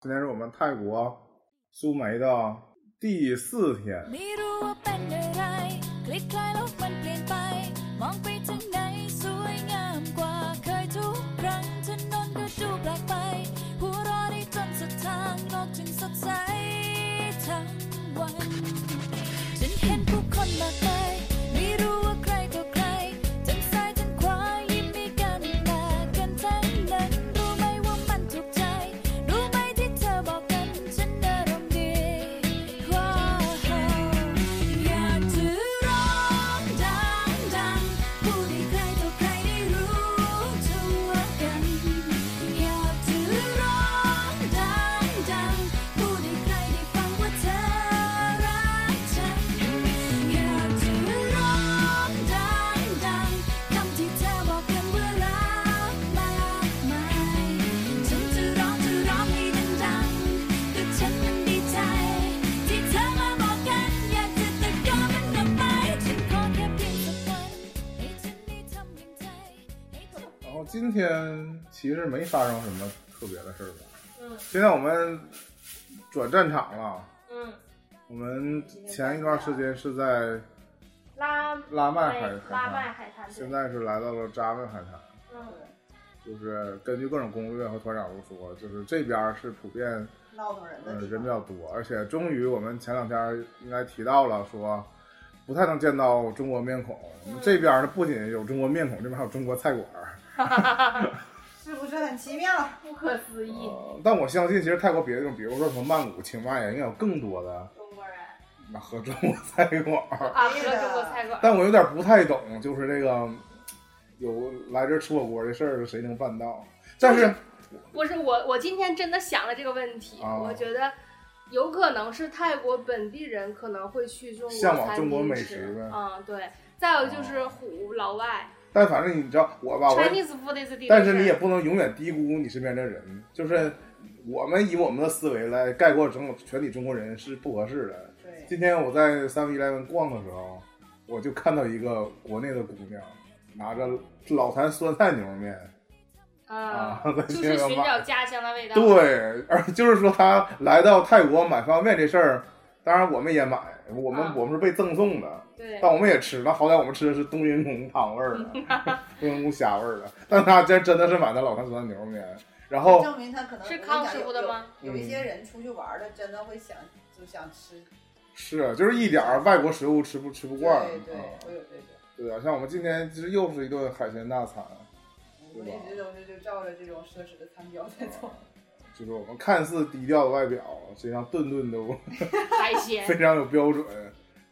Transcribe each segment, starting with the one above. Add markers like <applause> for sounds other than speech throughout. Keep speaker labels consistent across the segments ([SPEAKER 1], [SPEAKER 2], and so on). [SPEAKER 1] 今天是我们泰国苏梅的第四天，
[SPEAKER 2] ไม่รู้ว่าเป็นอะไรคลิกคลายแล้วมันเปลี่ยนไป มองไปทางไหนสวยงามกว่าเคยทุกครั้งถนนก็ดูแปลกไป หัวเรอได้จนสุดทางโลกจึงสดใสทั้งวัน ฉันเห็นผู้คนมากมายไม่รู้ว่าใครต่อใครทั้งซ้ายทั้งขวายิ้มให้กันแต่กันทั้งนั้นรู้ไหมว่ามันถูกใจ รู้ไหมที่เธอบอกกันฉันอารมณ์ดีว้าวอยากจะร้องดังๆพูดให้ใครต่อใครได้รู้ทั่วกัน อยากจะร้องดังๆพูดให้ใครได้ฟังว่าเธอรักฉัน อยากจะร้องดังๆคำที่เธอบอกกันว่ารักมากมาย ฉันจะร้องจะร้องให้ดังๆก็ฉันมันดีใจ ที่เธอมาบอกกัน อยากจะตะโกนมันออกไป ฉันขอแค่เพียงสักวันให้ฉันได้ทำอย่างใจให้เธอ
[SPEAKER 1] 然后今天其实没发生什么特别的事儿吧。
[SPEAKER 3] 嗯
[SPEAKER 1] 现在我们转战场了，
[SPEAKER 3] 嗯，
[SPEAKER 1] 我们前一段时间是在
[SPEAKER 3] 拉
[SPEAKER 1] 拉曼海
[SPEAKER 3] 拉
[SPEAKER 1] 海
[SPEAKER 3] 麦
[SPEAKER 1] 滩，
[SPEAKER 3] 海滩，
[SPEAKER 1] 现在是来到了扎曼海滩。
[SPEAKER 3] 嗯，
[SPEAKER 1] 就是根据各种攻略和团长都说，就是这边儿是普遍
[SPEAKER 4] 闹腾人的
[SPEAKER 1] 呃
[SPEAKER 4] 地
[SPEAKER 1] 人
[SPEAKER 4] 方
[SPEAKER 1] 比较多，而且终于我们前两天应该提到了说，不太能见到中国面孔。这边儿呢不仅有中国面孔，这边还有中国菜馆儿。
[SPEAKER 4] 是不是很奇妙？
[SPEAKER 3] 不可思议，
[SPEAKER 1] 呃但我相信，其实泰国别的地方，比如说什么曼谷、清迈，啊应该有更多的
[SPEAKER 3] 中国人
[SPEAKER 1] 那和中国菜馆儿。
[SPEAKER 3] 啊，
[SPEAKER 4] 对
[SPEAKER 3] 和
[SPEAKER 4] 的
[SPEAKER 3] 中国菜馆，
[SPEAKER 1] 但我有点不太懂，就是这个有来这儿吃火锅的事儿，谁能办到？但是
[SPEAKER 3] 不是我，我今天真的想了这个问题，
[SPEAKER 1] 哦
[SPEAKER 3] 我觉得有可能是泰国本地人可能会去中国
[SPEAKER 1] 向往
[SPEAKER 3] 餐
[SPEAKER 1] 中国
[SPEAKER 3] 厅
[SPEAKER 1] 美
[SPEAKER 3] 吃
[SPEAKER 1] 食呗
[SPEAKER 3] 嗯，对。再有就是虎老外
[SPEAKER 1] 但反正你知道我啊吧，我也
[SPEAKER 3] ，Chinese food is delicious。
[SPEAKER 1] 但是你也不能永远低估你身边的人，就是我们以我们的思维来概括整个全体中国人是不合适的。
[SPEAKER 4] 对，
[SPEAKER 1] 今天我在 Seven Eleven 逛的时候，我就看到一个国内的姑娘拿着老坛酸菜牛肉面，
[SPEAKER 3] 啊
[SPEAKER 1] 啊在，
[SPEAKER 3] <laughs> 就是
[SPEAKER 1] 街上
[SPEAKER 3] 寻
[SPEAKER 1] 卖
[SPEAKER 3] 找家乡的味道。
[SPEAKER 1] 对，而就是说她来到泰国买方便面这事儿，当然我们也买，我们、
[SPEAKER 3] 啊
[SPEAKER 1] 我们是被赠送的，
[SPEAKER 3] 对
[SPEAKER 1] 但我们也吃，那好歹我们吃的是冬阴功汤味儿啊的，冬阴功虾味儿的，但她这真的是买的老坛酸菜牛肉面，然后。
[SPEAKER 4] 证明他可能
[SPEAKER 3] 是
[SPEAKER 4] 我跟你
[SPEAKER 3] 康
[SPEAKER 4] 讲
[SPEAKER 3] 师
[SPEAKER 4] 有
[SPEAKER 3] 傅的
[SPEAKER 4] 有
[SPEAKER 3] 吗
[SPEAKER 4] 有一些人出去玩儿的，真的会想就想吃。
[SPEAKER 1] 是，啊就是一点儿外国食物吃不吃不
[SPEAKER 4] 对
[SPEAKER 1] 惯。
[SPEAKER 4] 对，
[SPEAKER 1] 啊
[SPEAKER 4] 我有这种，
[SPEAKER 1] 对啊，像我们今天其实又是一顿海鲜大餐，啊
[SPEAKER 4] 我
[SPEAKER 1] 对吧
[SPEAKER 4] 一直都是就照着这种奢侈的餐标在走。 <laughs>
[SPEAKER 1] 就是我们看似低调的外表，实际上顿顿都
[SPEAKER 3] 海鲜
[SPEAKER 1] 非，常有标准。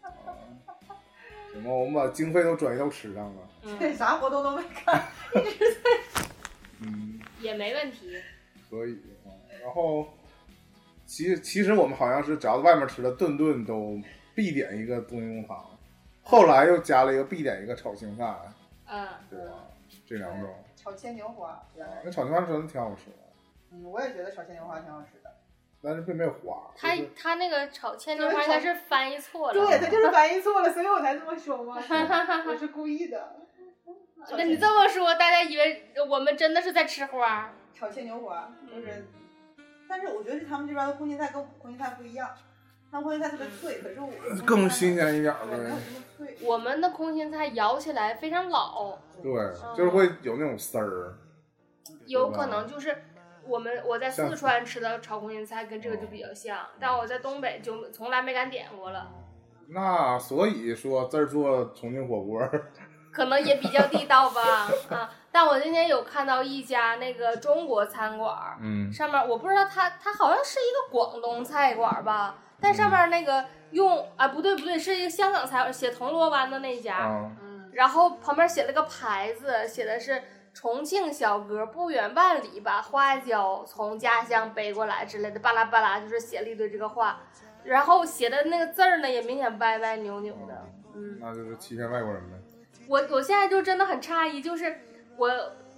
[SPEAKER 1] 啊，什么，我们把经费都转移到吃上了。
[SPEAKER 4] 对，
[SPEAKER 3] 嗯，
[SPEAKER 4] 啥活动都没干。
[SPEAKER 1] 嗯，
[SPEAKER 3] 也没问题。
[SPEAKER 1] 可以啊。然后，其实其实我们好像是只要在外面吃的，顿顿都必点一个冬阴功汤，后来又加了一个必点一个炒青菜，
[SPEAKER 3] 嗯，
[SPEAKER 1] 对吧？这两种，
[SPEAKER 4] 炒牵牛花，原来
[SPEAKER 1] 那炒青菜真的挺好吃的，
[SPEAKER 4] 嗯，我也觉得炒牵牛花挺好吃
[SPEAKER 1] <laughs>
[SPEAKER 4] 的。
[SPEAKER 1] 但是并没有花。
[SPEAKER 3] 他
[SPEAKER 1] 就是
[SPEAKER 3] 他那个炒牵牛花应该是翻译错了。
[SPEAKER 4] 对他就是反应错了，所以我才这么说
[SPEAKER 1] <laughs>
[SPEAKER 4] 嘛，我是故意的。
[SPEAKER 3] 那你这么说，大家以为我们真的是在吃花？
[SPEAKER 4] 炒牵牛花就是，但是我觉得他们这边的空心菜跟我们空心菜不一样，他们空心菜特别脆，可是我们
[SPEAKER 1] 更新
[SPEAKER 4] 鲜。
[SPEAKER 1] 鲜一点儿
[SPEAKER 4] 对没有
[SPEAKER 3] 嗯
[SPEAKER 1] 呗。
[SPEAKER 4] 什么脆。
[SPEAKER 3] 我们的空心菜咬起来非常老，
[SPEAKER 1] 对，就是会有那种丝儿。
[SPEAKER 3] 有可能就是我们我在四川吃的炒空心菜跟这个就比较像，但我在东北就从来没敢点过了，
[SPEAKER 1] 那所以说这儿做重庆火锅儿，
[SPEAKER 3] 可能也比较地道吧啊。但我今天有看到一家那个中国餐馆儿，
[SPEAKER 1] 嗯，
[SPEAKER 3] 上面我不知道它它好像是一个广东菜馆吧，但上面那个用啊不对不对是一个香港菜馆，写铜锣湾的那家，
[SPEAKER 1] 啊，
[SPEAKER 4] 嗯，
[SPEAKER 3] 然后旁边写了个牌子，写的是重庆小哥不远万里把花椒从家乡背过来之类的，巴拉巴拉就是写了一堆这个话，然后写的那个字儿呢也明显歪歪扭扭的，嗯，
[SPEAKER 1] 那就是欺骗外国人呗。
[SPEAKER 3] 我我现在就真的很诧异，就是我。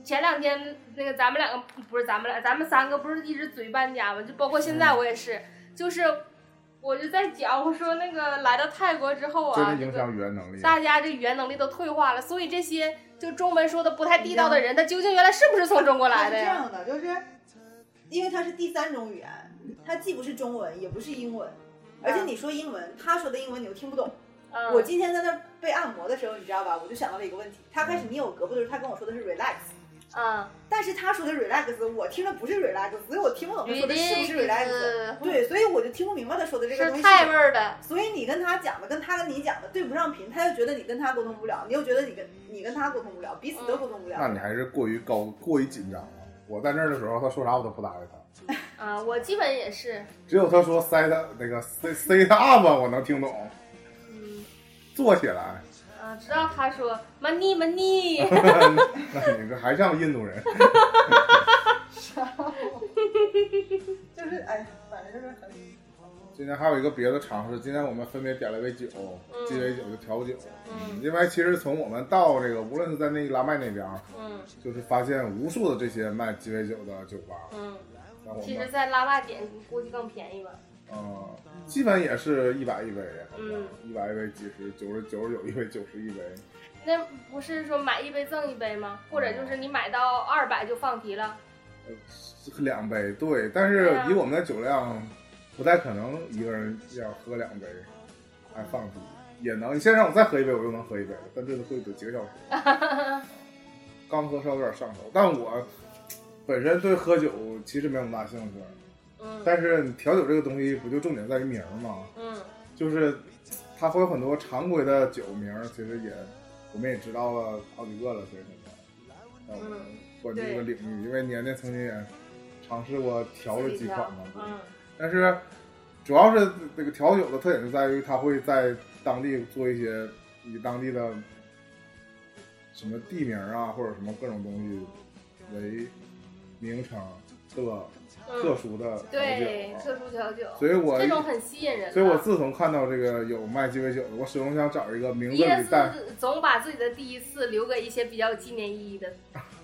[SPEAKER 3] 前两天那个咱们两个不是咱们俩，咱们三个不是一直嘴搬家吗？就包括现
[SPEAKER 1] 嗯
[SPEAKER 3] 在我也是，就是我就在讲，我说那个来到泰国之后
[SPEAKER 1] 真
[SPEAKER 3] 啊，
[SPEAKER 1] 的
[SPEAKER 3] 这
[SPEAKER 1] 影
[SPEAKER 3] 个
[SPEAKER 1] 响语言能力。
[SPEAKER 3] 大家这语言能力都退化了，所以这些就中文说的不太地道哎的人，他究竟原来是不是从中国
[SPEAKER 4] 它
[SPEAKER 3] 来
[SPEAKER 4] 是
[SPEAKER 3] 的
[SPEAKER 4] 这
[SPEAKER 3] 呀？
[SPEAKER 4] 样的，就是因为它是第三种语言，
[SPEAKER 5] 它既不是中文，也不是英文，而且你说英文，他说的英文你又听不懂。
[SPEAKER 3] 嗯
[SPEAKER 5] 我今天在那儿被按摩的时候，你知道吧，我就想到了一个问题，他开始捏我胳膊的时候，他跟我说的是 relax，
[SPEAKER 3] 嗯，
[SPEAKER 5] 但是他说的 relax，我听着不是 relax，所以我听不懂他说的是不是 relax。
[SPEAKER 3] 是
[SPEAKER 5] 对，所以我就听不明白他说的这个
[SPEAKER 3] 是
[SPEAKER 5] 东西。
[SPEAKER 3] 泰味儿的，
[SPEAKER 5] 所以你跟他讲的跟他跟你讲的对不上频，他又觉得你跟他沟通不了，你又觉得你跟你跟他沟通不了，彼此都沟通不了。
[SPEAKER 1] 那你还是过于高过于紧张了。我在那儿的时候，他说啥我都不搭理他，
[SPEAKER 3] 啊，我基本也是，
[SPEAKER 1] 只有他说塞他那个塞塞他 up，我能听懂。
[SPEAKER 3] 嗯，
[SPEAKER 1] 坐起来， <laughs>
[SPEAKER 3] 啊，直到他说 money money，
[SPEAKER 1] 那你这还像印度人。
[SPEAKER 4] 就是哎，反正就是很 <laughs>
[SPEAKER 1] 今天还有一个别的尝试，今天我们分别点了一杯酒，鸡尾酒就调酒。
[SPEAKER 3] 嗯
[SPEAKER 1] 因为其实从我们到这个，无论是在那个拉麦那边，
[SPEAKER 3] 嗯
[SPEAKER 1] 就是发现无数的这些卖鸡尾酒的酒吧，
[SPEAKER 3] 嗯，
[SPEAKER 1] 那我
[SPEAKER 3] 其实，
[SPEAKER 1] 们
[SPEAKER 3] 在拉外点估计更便宜吧，
[SPEAKER 1] 嗯，基本也是一百一杯，好像
[SPEAKER 3] 嗯
[SPEAKER 1] 一百一杯几十，九十九十九一杯，九十一杯。
[SPEAKER 3] 那不是说买一杯赠一杯吗？或者就是你买到二百就放题了，
[SPEAKER 1] 两杯，对，但是
[SPEAKER 3] 对啊
[SPEAKER 1] 以我们的酒量，不太可能一个人要喝两杯，还放屁也能。你现在让我再喝一杯，我又能喝一杯了，但这次会得
[SPEAKER 3] <laughs>
[SPEAKER 1] 几个小时。刚喝稍微有点上头，但我本身对喝酒其实没有那么大兴趣，
[SPEAKER 3] 嗯
[SPEAKER 1] 但是调酒这个东西不就重点在于名儿吗？
[SPEAKER 3] 嗯
[SPEAKER 1] 就是它会有很多常规的酒名儿，其实也我们也知道了好几个了，其实现在。那
[SPEAKER 3] 嗯
[SPEAKER 1] 我们关注这个领域，因为年年曾经也尝试过调了几款嘛，
[SPEAKER 3] 嗯
[SPEAKER 1] 但是主要是这个调酒的特点就在于它会在当地做一些以当地的什么地名啊或者什么各种东西为名称特特
[SPEAKER 3] 嗯，
[SPEAKER 1] 殊的调
[SPEAKER 3] 对，
[SPEAKER 1] 酒、啊，
[SPEAKER 3] 特殊调酒，
[SPEAKER 1] 所以我
[SPEAKER 3] 这种很吸引人的，
[SPEAKER 1] 所以我自从看到这个有卖鸡尾酒的，我始终想找一个名字
[SPEAKER 3] 耶
[SPEAKER 1] 里带
[SPEAKER 3] 稣总把自己的第一次留给一些比较有纪念意义的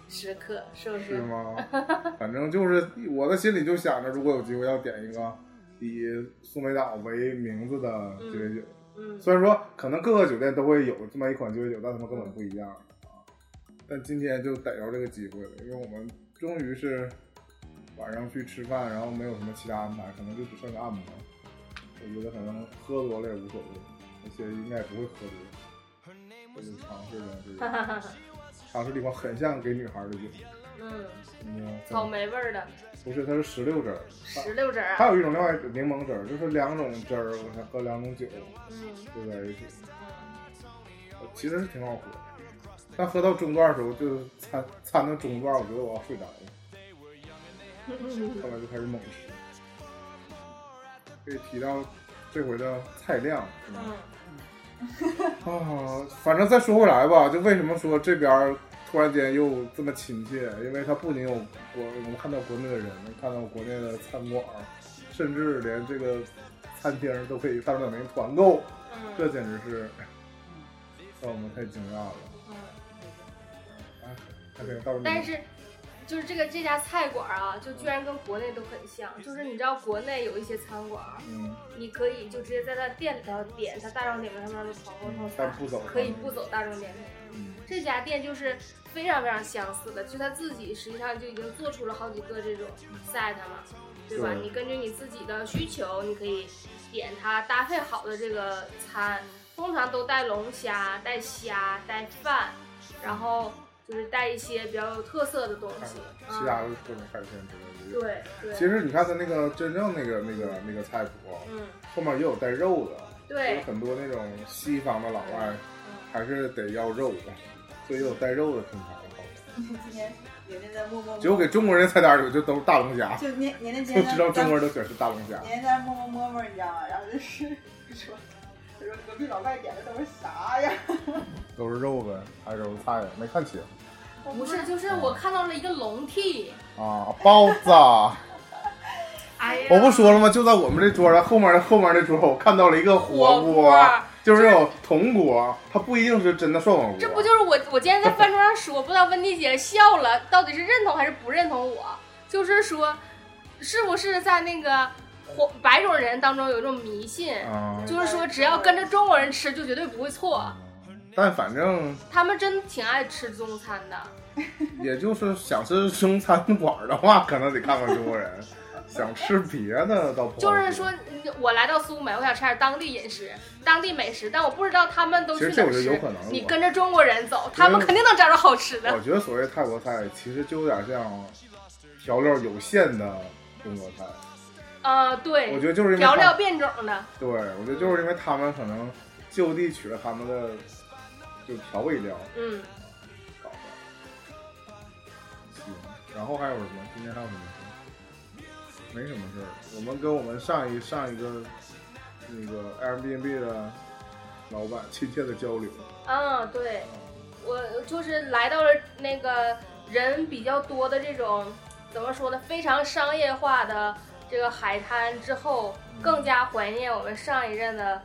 [SPEAKER 3] 时刻，是
[SPEAKER 1] <laughs>
[SPEAKER 3] 不
[SPEAKER 1] 是
[SPEAKER 3] 是？ <laughs>
[SPEAKER 1] 吗？反正就是我的心里就想着，如果有机会要点一个以苏梅岛为名字的鸡尾酒，
[SPEAKER 3] 嗯，
[SPEAKER 1] 虽然说可能各个酒店都会有这么一款鸡尾酒，但他们根本不一样啊。但今天就逮着这个机会了，因为我们终于是晚上去吃饭，然后没有什么其他安排，可能就只剩个按摩。我觉得可能喝多了也无所谓，而且应该也不会喝多。我就尝试了这
[SPEAKER 3] 哈
[SPEAKER 1] 个，
[SPEAKER 3] 哈哈，
[SPEAKER 1] 尝试了一款很像给女孩的酒，
[SPEAKER 3] 嗯，
[SPEAKER 1] 嗯，
[SPEAKER 3] 草莓味儿的
[SPEAKER 1] 不是，它是石榴汁儿，
[SPEAKER 3] 石榴汁儿
[SPEAKER 1] 还
[SPEAKER 3] 啊，
[SPEAKER 1] 有一种另外柠檬汁儿，就是两种汁儿，我想喝两种酒
[SPEAKER 3] 嗯
[SPEAKER 1] 兑在一起，呃其实是挺好喝的。但喝到中段的时候，就是掺掺到中段，我觉得我要睡着了， <laughs>
[SPEAKER 3] 嗯，
[SPEAKER 1] 后来就开始猛吃。可以提到这回的菜量，是吗？
[SPEAKER 3] 嗯
[SPEAKER 1] 啊，反正再说回来吧，就为什么说这边儿突然间又这么亲切？因为它不仅有国，我们看到国内的人，看到国内的餐馆儿，甚至连这个餐厅儿都可以大众点评团购，
[SPEAKER 3] 嗯
[SPEAKER 1] 这简直是让我们太惊讶了。
[SPEAKER 3] 嗯，
[SPEAKER 1] 哎，还挺大众点
[SPEAKER 3] 但
[SPEAKER 1] 评，
[SPEAKER 3] 是。就是这个这家菜馆儿啊，就居然跟国内都很像。就是你知道国内有一些餐馆儿，
[SPEAKER 1] 嗯，
[SPEAKER 3] 你可以就直接在他店里头点，他大众点评上面的团购套
[SPEAKER 1] 嗯但
[SPEAKER 3] 餐，
[SPEAKER 1] 不走，
[SPEAKER 3] 可以不，走大众点评。
[SPEAKER 1] 嗯，
[SPEAKER 3] 这家店就是非常非常相似的，就他自己实际上就已经做出了好几个这种 set 嘛，对吧？
[SPEAKER 1] 嗯对
[SPEAKER 3] 你根据你自己的需求，你可以点它搭配好的这个餐，通常都带龙虾、带虾、带饭，然后就是带一些比较有特色的东西。嗯
[SPEAKER 1] 其他的各种海鲜之类的。
[SPEAKER 3] 对对，
[SPEAKER 1] 嗯啊其实你看它那个真正那个那个那个菜谱，
[SPEAKER 3] 嗯，
[SPEAKER 1] 后面也有带肉的。有
[SPEAKER 3] 对，
[SPEAKER 1] 很多那种西方的老外还是得要肉的，所以有带肉的品牌好像。
[SPEAKER 5] 今天年年在默默，
[SPEAKER 1] 只有给中国人菜单里就都是大龙虾，
[SPEAKER 4] 就年年年
[SPEAKER 1] 就
[SPEAKER 4] 前
[SPEAKER 1] <laughs> 知道中国人都喜欢吃大龙虾。
[SPEAKER 4] 年年在那摸摸摸摸，你知道啊吗？然后就是说，他说隔壁老外点的都是啥 <laughs> 呀？
[SPEAKER 1] 都是肉呗，还是都是菜呀？没看清
[SPEAKER 3] 不是，就是我看到了一个笼屉，
[SPEAKER 1] 啊，包子，啊
[SPEAKER 3] 哎呀，
[SPEAKER 1] 我不说了吗？就在我们这桌上，后面后面这桌，我看到了一个火
[SPEAKER 3] 火锅
[SPEAKER 1] 就是那种铜锅，它不一定是真的涮火锅。
[SPEAKER 3] 这不就是我我今天在饭桌上说，不知道温迪姐笑了，到底是认同还是不认同我？就是说，是不是在那个黄白种人当中有一种迷信，
[SPEAKER 1] 啊？
[SPEAKER 3] 就是说只要跟着中国人吃就绝对不会错。
[SPEAKER 1] 但反正
[SPEAKER 3] 他们真挺爱吃中餐的，
[SPEAKER 1] 也就是想吃中餐馆的话，可能得看看中国人。想吃别的倒不好
[SPEAKER 3] 就是说，嗯我来到苏梅，我想吃点当地饮食、当地美食，但我不知道他们都去
[SPEAKER 1] 其实
[SPEAKER 3] 哪
[SPEAKER 1] 这
[SPEAKER 3] 儿
[SPEAKER 1] 我觉得
[SPEAKER 3] 吃
[SPEAKER 1] 有可能。
[SPEAKER 3] 你
[SPEAKER 1] 吧
[SPEAKER 3] 跟着中国人走，他们肯定能找着好吃的
[SPEAKER 1] 我。觉得所谓泰国菜，其实就有点像调料有限的中国菜。
[SPEAKER 3] 呃，
[SPEAKER 1] 我
[SPEAKER 3] 对，
[SPEAKER 1] 觉得就是因为
[SPEAKER 3] 调
[SPEAKER 1] 他
[SPEAKER 3] 料变种的，
[SPEAKER 1] 对，我觉得就是因为他们可能就地取了他们的就调味料
[SPEAKER 3] 嗯，
[SPEAKER 1] 搞的。行，然后还有什么？今天还有什么事？没什么事儿。我们跟我们上一上一个那个 Airbnb 的老板亲切的交流，
[SPEAKER 3] 啊，对，我就是来到了那个人比较多的这种，怎么说呢，非常商业化的这个海滩之后，更
[SPEAKER 1] 嗯
[SPEAKER 3] 加怀念我们上一任的，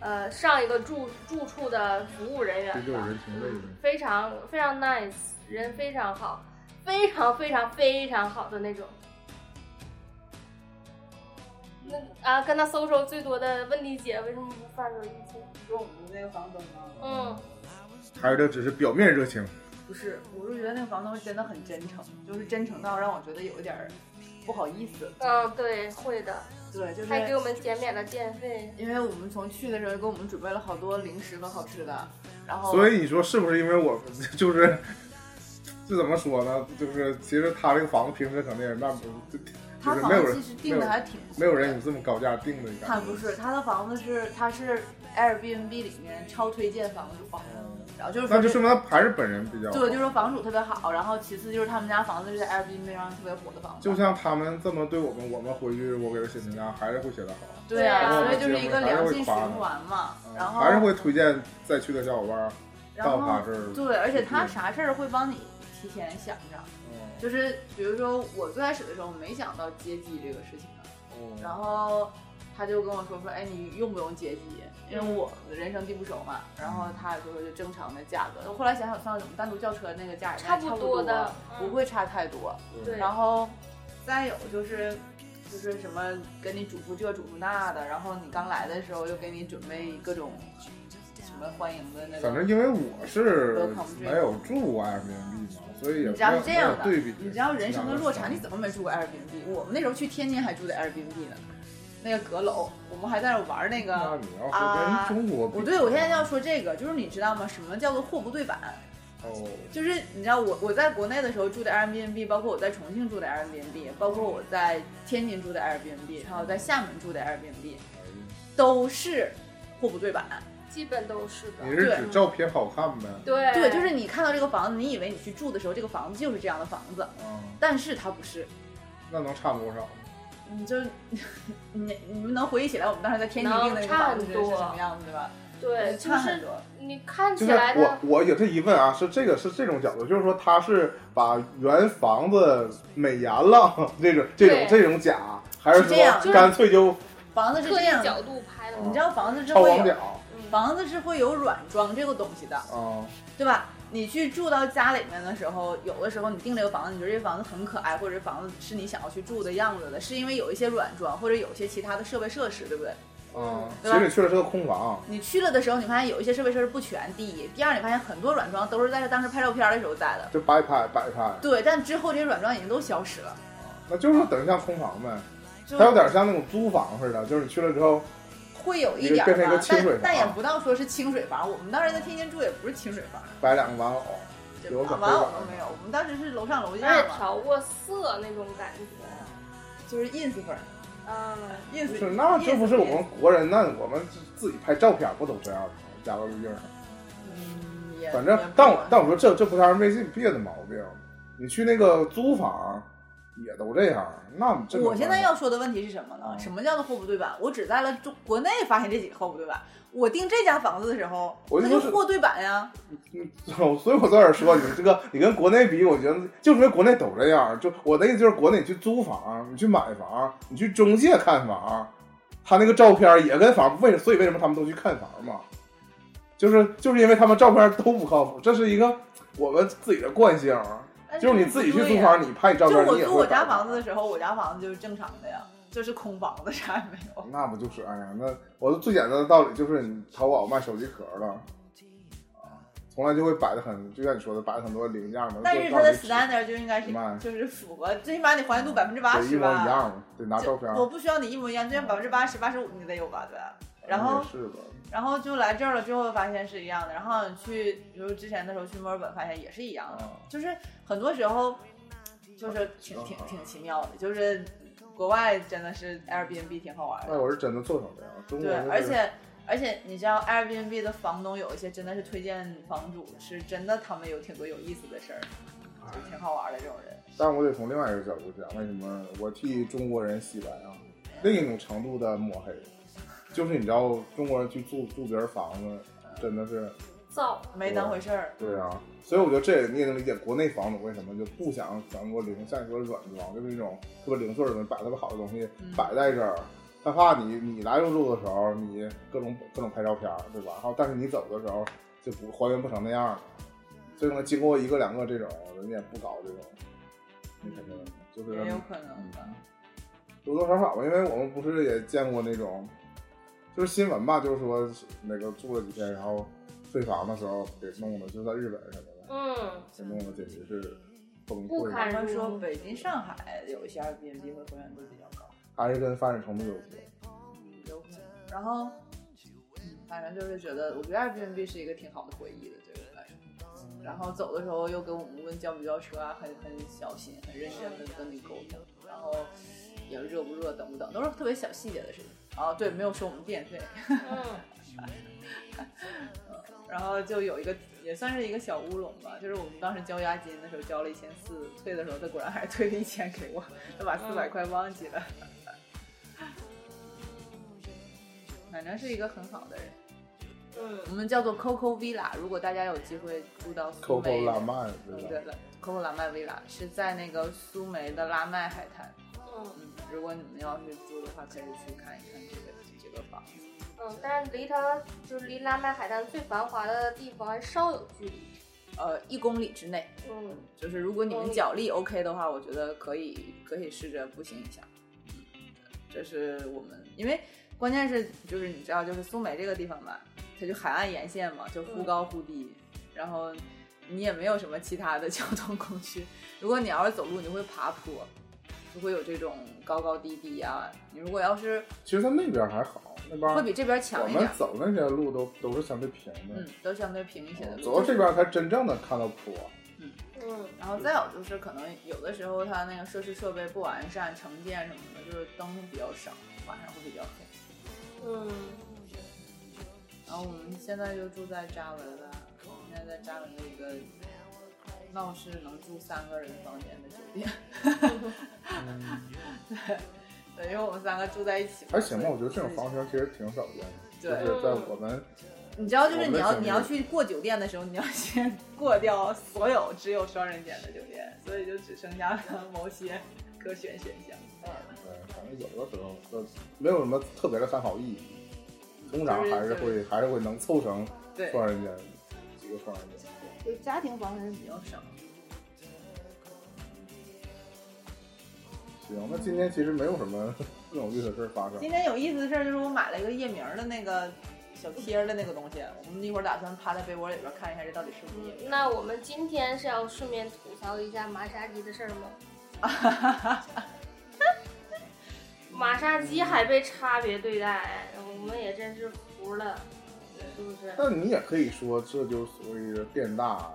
[SPEAKER 3] 呃，上一个住住处的服务人员
[SPEAKER 1] 这
[SPEAKER 3] 吧。嗯
[SPEAKER 1] 就是人情味呗。
[SPEAKER 3] 非常非常 nice，人非常好，非常非常非常好的那种。那啊，跟他搜搜最多的问题姐为什么不发表意见？
[SPEAKER 4] 你说我们那个房东啊吗？
[SPEAKER 3] 嗯，
[SPEAKER 1] 还是这只是表面热情，
[SPEAKER 5] 不是，我是觉得那个房东真的很真诚，就是真诚到让我觉得有一点儿不好意思。
[SPEAKER 3] 嗯，对，会的，
[SPEAKER 5] 对，就是
[SPEAKER 3] 还给我们减免了电费。
[SPEAKER 5] 因为我们从去的时候给我们准备了好多零食和好吃的，然后
[SPEAKER 1] 所以你说是不是因为我就是？ <laughs> 这怎么说呢？就是其实他这个房子平时可能也卖不，就
[SPEAKER 5] 他
[SPEAKER 1] 就是
[SPEAKER 5] 房
[SPEAKER 1] 没有
[SPEAKER 5] 子
[SPEAKER 1] 人
[SPEAKER 5] 其实定的还挺不错
[SPEAKER 1] 没有人有这么高价定的，
[SPEAKER 5] 他
[SPEAKER 1] 感觉
[SPEAKER 5] 不是他的房子是他是 Airbnb 里面超推荐房主房主，然后就是
[SPEAKER 1] 那
[SPEAKER 5] 说
[SPEAKER 1] 就说明他还是本人比较好
[SPEAKER 5] 对，就是说房主特别好，然后其次就是他们家房子是在 Airbnb 上特别火的房子，
[SPEAKER 1] 就像他们这么对我们，我们回去我给他写评价，还是会写的好，
[SPEAKER 5] 对
[SPEAKER 3] 对
[SPEAKER 5] 啊，
[SPEAKER 3] 啊
[SPEAKER 5] 所以就是一个良性循环嘛。然后
[SPEAKER 1] 还嗯是会推荐再去的小伙伴
[SPEAKER 5] 然
[SPEAKER 1] 到他
[SPEAKER 5] 后
[SPEAKER 1] 这儿。
[SPEAKER 5] 对，而且他啥事儿会帮你提前想着，
[SPEAKER 1] 嗯
[SPEAKER 5] 就是比如说我最开始的时候没想到接机这个事情啊，然
[SPEAKER 1] 嗯
[SPEAKER 5] 后他就跟我说说，哎，你用不用接机？因为我人生地不熟嘛。然后他也说说就正常的价格。后来想想算了，我们单独叫车那个价也
[SPEAKER 3] 差不
[SPEAKER 5] 差不
[SPEAKER 3] 多的嗯
[SPEAKER 5] 不会差太多。
[SPEAKER 1] 嗯
[SPEAKER 3] 对
[SPEAKER 5] 然后再有就是。就是什么跟你嘱咐这嘱咐那的，然后你刚来的时候又给你准备各种什么欢迎的那种，
[SPEAKER 1] 反正因为我是没有住过 Airbnb 嘛，所以也
[SPEAKER 5] 你
[SPEAKER 1] 没
[SPEAKER 5] 知道
[SPEAKER 1] 有
[SPEAKER 5] 是这
[SPEAKER 1] 没有
[SPEAKER 5] 样的
[SPEAKER 1] 对比。
[SPEAKER 5] 你知道人生的落
[SPEAKER 1] 啊
[SPEAKER 5] 差，你怎么没住过 Airbnb？我们那时候去天津还住的 Airbnb 呢，那个阁楼，我们还在那玩那个。
[SPEAKER 1] 那你要说跟中国比，
[SPEAKER 5] 啊我对我现在要说这个，就是你知道吗？什么叫做货不对版？
[SPEAKER 1] 哦，
[SPEAKER 5] 就是你知道我我在国内的时候住的 Airbnb，包括我在重庆住的 Airbnb，包括我在天津住的 Airbnb，还有在厦门住的 Airbnb，都是货不对版。
[SPEAKER 3] 基本都是的
[SPEAKER 1] 你。是指照片好看呗？
[SPEAKER 3] 对
[SPEAKER 5] 对，就是你看到这个房子，你以为你去住的时候，这个房子就是这样的房子，
[SPEAKER 1] 嗯，
[SPEAKER 5] 但是它不是。
[SPEAKER 1] 那能差多少？
[SPEAKER 5] 你嗯就 <laughs> 你你们能回忆起来我们当时在天津订的那个房子是什么样子吧？
[SPEAKER 3] 对，就
[SPEAKER 5] 差很
[SPEAKER 3] 是
[SPEAKER 5] 多。
[SPEAKER 3] 你看
[SPEAKER 1] 就
[SPEAKER 3] 起
[SPEAKER 1] 是
[SPEAKER 3] 来
[SPEAKER 1] 我
[SPEAKER 3] 的，
[SPEAKER 1] 我有这一问啊，是这个是这种角度，就是说他是把原房子美颜了这种这种
[SPEAKER 3] 对
[SPEAKER 1] 这种假，还是
[SPEAKER 5] 是这样
[SPEAKER 1] 说干脆就
[SPEAKER 5] 房子是
[SPEAKER 3] 特
[SPEAKER 5] 这
[SPEAKER 3] 意
[SPEAKER 5] 样的，
[SPEAKER 3] 角度拍的
[SPEAKER 1] 嗯
[SPEAKER 5] 你知道房子是
[SPEAKER 1] 抄
[SPEAKER 5] 会
[SPEAKER 1] 网
[SPEAKER 5] 有
[SPEAKER 1] 表
[SPEAKER 5] 房子是会有软装这个东西的，
[SPEAKER 1] 啊？
[SPEAKER 5] 对吧？你去住到家里面的时候，有的时候你订这个房子，你觉得这房子很可爱，或者这房子是你想要去住的样子的，是因为有一些软装或者有一些其他的设备设施，对不对？
[SPEAKER 1] 嗯，其
[SPEAKER 5] 对吧
[SPEAKER 1] 实你去了是个空房，
[SPEAKER 5] 你去了的时候，你发现有一些设备设施不全，第一；第二，你发现很多软装都是在当时拍照片的时候带的，
[SPEAKER 1] 就摆拍摆拍，
[SPEAKER 5] 对。但之后这些软装已经都消失了，
[SPEAKER 1] 那就是等于像空房呗，
[SPEAKER 5] 就
[SPEAKER 1] 它有点像那种租房似的，就是你去了之后，
[SPEAKER 5] 会有一点
[SPEAKER 1] 你就变成一
[SPEAKER 5] 儿
[SPEAKER 1] 个
[SPEAKER 5] 吧，
[SPEAKER 1] 清水
[SPEAKER 5] 但
[SPEAKER 1] 房
[SPEAKER 5] 但也不到说是清水房。我们当时在天津住也不是清水房，
[SPEAKER 1] 摆两个玩偶，
[SPEAKER 5] 这
[SPEAKER 1] 有可
[SPEAKER 5] 房
[SPEAKER 1] 能
[SPEAKER 5] 完我们没有，我们当时是楼上楼
[SPEAKER 3] 而
[SPEAKER 5] 下
[SPEAKER 3] 且
[SPEAKER 5] 嘛，
[SPEAKER 3] 调过色那种感觉。
[SPEAKER 5] 就是 ins 粉儿
[SPEAKER 3] 嗯，
[SPEAKER 5] ，ins
[SPEAKER 1] 不是那这不是我们国人，那我们自己拍照片不都这样吗？加个滤镜儿。
[SPEAKER 5] 嗯也
[SPEAKER 1] 反正
[SPEAKER 5] 也不，
[SPEAKER 1] 但
[SPEAKER 5] 管
[SPEAKER 1] 我但我说这这不像是微信别的毛病。你去那个租房也都这样，那这没
[SPEAKER 5] 我现在
[SPEAKER 1] 办法
[SPEAKER 5] 要说的问题是什么呢？
[SPEAKER 1] 嗯
[SPEAKER 5] 什么叫做货不对版？我只在了中国内发现这几个货不对版。我订这家房子的时候，
[SPEAKER 1] 我
[SPEAKER 5] 它
[SPEAKER 1] 就
[SPEAKER 5] 就
[SPEAKER 1] 说是
[SPEAKER 5] 货对版呀。
[SPEAKER 1] <laughs> 所以我在这儿说你这个，你跟国内比，我觉得就是因为国内都这样。就我的意思就是，国内你去租房，你去买房，你去中介看房，他那个照片也跟房为所以为什么他们都去看房嘛？就是就是因为他们照片都不靠谱，这是一个我们自己的惯性，
[SPEAKER 5] 但
[SPEAKER 1] 就是你自己去
[SPEAKER 5] 这不对
[SPEAKER 1] 租
[SPEAKER 5] 呀
[SPEAKER 1] 房，你拍照
[SPEAKER 5] 就
[SPEAKER 1] 片
[SPEAKER 5] 我
[SPEAKER 1] 你也
[SPEAKER 5] 租
[SPEAKER 1] 会
[SPEAKER 5] 我
[SPEAKER 1] 摆
[SPEAKER 5] 家房子的时候，我家房子就是正常的呀，就是空房子，啥也没有。
[SPEAKER 1] 那不就是哎呀，那我最简单的道理就是你淘宝卖手机壳了，从来就会摆的很，就像你说的，摆得很多零件嘛。
[SPEAKER 5] 但
[SPEAKER 1] 就
[SPEAKER 5] 是它的
[SPEAKER 1] 到底
[SPEAKER 5] standard 就应该是
[SPEAKER 1] 明白
[SPEAKER 5] 就是符合，最起码你还原度百分之八
[SPEAKER 1] 啊得一
[SPEAKER 5] 十
[SPEAKER 1] 模
[SPEAKER 5] 吧。
[SPEAKER 1] 一样嘛，得拿
[SPEAKER 5] 就
[SPEAKER 1] 照片儿。
[SPEAKER 5] 我不需要你一模一样，就像百分之八十、八十五你得有吧，对吧？然
[SPEAKER 1] 也
[SPEAKER 5] 后，
[SPEAKER 1] 是吧，
[SPEAKER 5] 然后就来这儿了之后发现是一样的，然后你去，比如之前的时候去墨尔本发现也是一样的，
[SPEAKER 1] 啊，
[SPEAKER 5] 就是很多时候就是挺
[SPEAKER 1] 嗯
[SPEAKER 5] 挺挺奇妙的，就是国外真的是 Airbnb 挺好玩的。
[SPEAKER 1] 外国是真的做成这样，中国
[SPEAKER 5] 对
[SPEAKER 1] 就，
[SPEAKER 5] 而
[SPEAKER 1] 是
[SPEAKER 5] 且而且你知道 Airbnb 的房东有一些真的是推荐房主，是真的他们有挺多有意思的事儿，就挺好玩的这种人。
[SPEAKER 1] 但我得从另外一个角度讲，为什么我替中国人洗白啊？另一种程度的抹黑，就是你知道中国人去住住别人房子，真的是
[SPEAKER 3] 造
[SPEAKER 5] 没当回事儿，
[SPEAKER 1] 对啊。所以我觉得这也你也能理解国内房主为什么就不想咱国零，像你说的软装，就是那种特别零碎的东西，把特别好的东西
[SPEAKER 5] 嗯
[SPEAKER 1] 摆在这儿。他怕你你来入住的时候，你各种各种拍照片儿，对吧？然后但是你走的时候就不还原不成那样了。所以可能经过一个两个这种，人家也不搞这种，那肯定就是
[SPEAKER 5] 也有可能吧。
[SPEAKER 1] 多多少少吧，因为我们不是也见过那种，就是新闻吧，就是说那个住了几天，然后退房的时候给弄的，就在日本什么的，
[SPEAKER 3] 嗯，
[SPEAKER 1] 给弄的简直是崩
[SPEAKER 3] 不
[SPEAKER 1] 溃，
[SPEAKER 3] 堪
[SPEAKER 5] 他们
[SPEAKER 3] 入
[SPEAKER 5] 说
[SPEAKER 3] 目。
[SPEAKER 5] 北京、上海有一些 Airbnb 会还原度比较高，
[SPEAKER 1] 还是跟发展程度有关。
[SPEAKER 5] 有可能。然后，嗯反正就是觉得，我觉得 Airbnb 是一个挺好的回忆的，对我来说。然后走的时候又跟我们问叫不叫车啊，很很小心、很认真的跟你沟通，然后也热不热、等不等，都是特别小细节的事情。哦，对，没有收我们电费。
[SPEAKER 3] 嗯，
[SPEAKER 5] 然后就有一个也算是一个小乌龙吧，就是我们当时交押金的时候交了一千四，退的时候他果然还是退了一千给我，他把四百块忘记了。反正是一个很好的人，
[SPEAKER 3] 嗯
[SPEAKER 5] 我们叫做 Coco Villa。如果大家有机会住到苏
[SPEAKER 1] Coco
[SPEAKER 5] 梅，
[SPEAKER 1] 拉曼，对
[SPEAKER 5] 嗯
[SPEAKER 1] 吧？
[SPEAKER 5] 对了，Coco 拉麦 Villa 是在那个苏梅的拉麦海滩。
[SPEAKER 3] 嗯
[SPEAKER 5] 嗯，如果你们要是住的话，可以去看一看这个这个房子。
[SPEAKER 3] 嗯，但是离它就是离拉麦海滩最繁华的地方还稍有距离。
[SPEAKER 5] 呃，一公里之内，
[SPEAKER 3] 嗯，
[SPEAKER 5] 就是如果你
[SPEAKER 3] 公
[SPEAKER 5] 们
[SPEAKER 3] 里
[SPEAKER 5] 脚力 OK 的话，我觉得可以可以试着步行一下。嗯这是我们，因为关键是就是你知道，就是苏梅这个地方吧，它就海岸沿线嘛，就忽高忽低，然后你也没有什么其他的 <laughs> 交通工具。如果你要是走路，你会爬坡，就会有这种高高低低啊。你如果要是
[SPEAKER 1] 其实他那边还好，那边
[SPEAKER 5] 会比这边强
[SPEAKER 1] 我
[SPEAKER 5] 一点
[SPEAKER 1] 们，走那些路都都是相对平
[SPEAKER 5] 嗯
[SPEAKER 1] 的，，嗯
[SPEAKER 5] 都相对平一些的路。
[SPEAKER 1] 哦走到这边才真正的看到啊坡。
[SPEAKER 3] 嗯
[SPEAKER 5] 然后再有就是，可能有的时候它那个设施设备不完善，城建什么的，就是灯比较少，晚上会比较黑。
[SPEAKER 3] 嗯，
[SPEAKER 5] 然后我们现在就住在扎文了，我们现在在扎文的一个闹市能住三个人房间的酒店。 <laughs> 对，对，因为我们三个住在一起嘛。
[SPEAKER 1] 还行吧，
[SPEAKER 5] 所以
[SPEAKER 1] 我觉得这种房型其实挺少见的，就
[SPEAKER 5] 对
[SPEAKER 1] 是在我们
[SPEAKER 5] 你知道，就是
[SPEAKER 1] 我
[SPEAKER 5] 你
[SPEAKER 1] 们
[SPEAKER 5] 要
[SPEAKER 1] 整
[SPEAKER 5] 你
[SPEAKER 1] 个
[SPEAKER 5] 要去过酒店的时候，你要先 <laughs> 过掉所有只有双人间的酒店，所以就只剩下了某些可选选项。
[SPEAKER 1] 对，呃反正有的时候呃没有什么特别的参考意义，通常还是
[SPEAKER 5] 就
[SPEAKER 1] 会还是会能凑成
[SPEAKER 5] 对，
[SPEAKER 1] 双人间几个双人间。
[SPEAKER 4] 就家庭房还是比
[SPEAKER 5] 比
[SPEAKER 4] 较
[SPEAKER 5] 较少。
[SPEAKER 1] 行，那今天其实没有什么 <laughs> 更有意思的事儿发生。
[SPEAKER 5] 今天有意思的事儿就是我买了一个夜明儿的那个小贴儿的那个东西，我们一会儿打算趴在被窝里边看一下这到底是不是夜明
[SPEAKER 3] 嗯那我们今天是要顺便吐槽一下马杀鸡的事儿吗？
[SPEAKER 1] <laughs>
[SPEAKER 5] 儿。
[SPEAKER 3] 马杀鸡
[SPEAKER 1] 嗯
[SPEAKER 3] 还被差别对待，我们也真是服了，是不是？
[SPEAKER 1] 但你也可以说，这就是所谓的店大，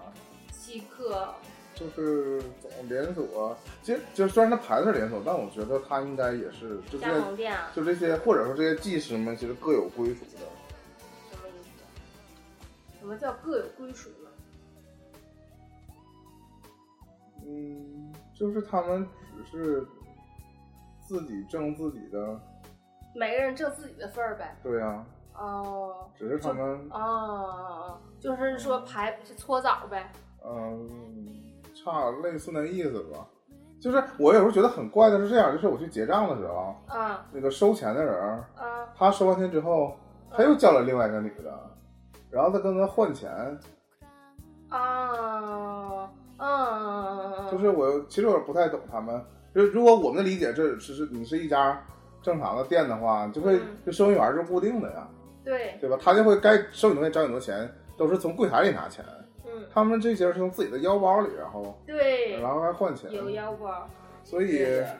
[SPEAKER 3] 稀客，
[SPEAKER 1] 就是总连锁。其实就虽然它牌子是连锁，但我觉得它应该也是就
[SPEAKER 3] 加
[SPEAKER 1] 这
[SPEAKER 3] 盟店啊，
[SPEAKER 1] 就这些，或者说这些技师们其实各有归属的。
[SPEAKER 3] 什么意思？什么叫各有归属呢？
[SPEAKER 1] 嗯，就是他们只是自己挣自己的，
[SPEAKER 3] 每个人挣自己的份儿呗。
[SPEAKER 1] 对啊，
[SPEAKER 3] 哦
[SPEAKER 1] 只是他们
[SPEAKER 3] 哦哦，哦就是说排是搓澡呗。
[SPEAKER 1] 嗯，差类似那意思吧。就是我有时候觉得很怪的是这样，就是我去结账的时候，
[SPEAKER 3] 嗯
[SPEAKER 1] 那个收钱的人儿，
[SPEAKER 3] 嗯
[SPEAKER 1] 他收完钱之后，他又叫了另外一个女的，然后他跟他换钱，
[SPEAKER 3] 啊嗯，
[SPEAKER 1] 就是我其实我不太懂他们。就如果我们的理解，这只是你是一家正常的店的话，就会
[SPEAKER 3] 嗯
[SPEAKER 1] 这收银员是固定的呀，
[SPEAKER 3] 对
[SPEAKER 1] 对吧？他就会该收你东西找你多钱，都是从柜台里拿钱，
[SPEAKER 3] 嗯，
[SPEAKER 1] 他们这些是从自己的腰包里，然后
[SPEAKER 3] 对，
[SPEAKER 1] 然后还换钱，
[SPEAKER 3] 有腰包，
[SPEAKER 1] 所以
[SPEAKER 5] 对的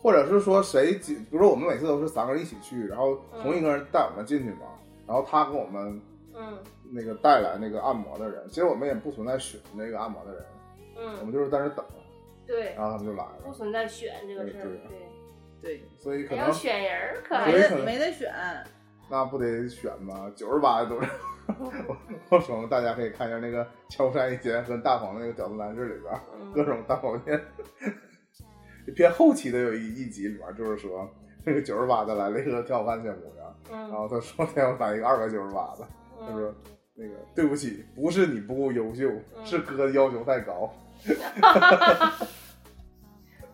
[SPEAKER 1] 或者是说谁几，比如说我们每次都是三个人一起去，然后同一个人带我们进去嘛，然后他给我们
[SPEAKER 3] 嗯
[SPEAKER 1] 那个带来那个按摩的人，其实我们也不存在选那个按摩的人，我
[SPEAKER 3] 嗯，
[SPEAKER 1] 们就是在那等，
[SPEAKER 3] 对，
[SPEAKER 1] 然后他们就来
[SPEAKER 3] 不
[SPEAKER 1] 了，
[SPEAKER 3] 存在选这个
[SPEAKER 1] 对
[SPEAKER 3] 事儿
[SPEAKER 1] 对，
[SPEAKER 3] 对，
[SPEAKER 5] <laughs> 对，
[SPEAKER 1] 所以可
[SPEAKER 3] 还
[SPEAKER 1] 能
[SPEAKER 3] 要选人儿，可
[SPEAKER 1] 所
[SPEAKER 3] 还
[SPEAKER 1] 以
[SPEAKER 5] 没
[SPEAKER 1] 可
[SPEAKER 5] 得
[SPEAKER 1] 能
[SPEAKER 5] 没得选，
[SPEAKER 1] 那不得选吗？九十八都是。我我手大家可以看一下那个乔杉一杰跟大黄的那个饺子男士里边，
[SPEAKER 3] 嗯
[SPEAKER 1] 各种大保健。偏后期的有一一集里边，就是说那个九十八的来了一个挺好看的小姑娘，然
[SPEAKER 3] 嗯
[SPEAKER 1] 后他说他要来一个二百九十八的，他
[SPEAKER 3] 嗯，
[SPEAKER 1] 说那个对不起，不是你不够优秀，
[SPEAKER 3] 嗯
[SPEAKER 1] 是哥的要求太高。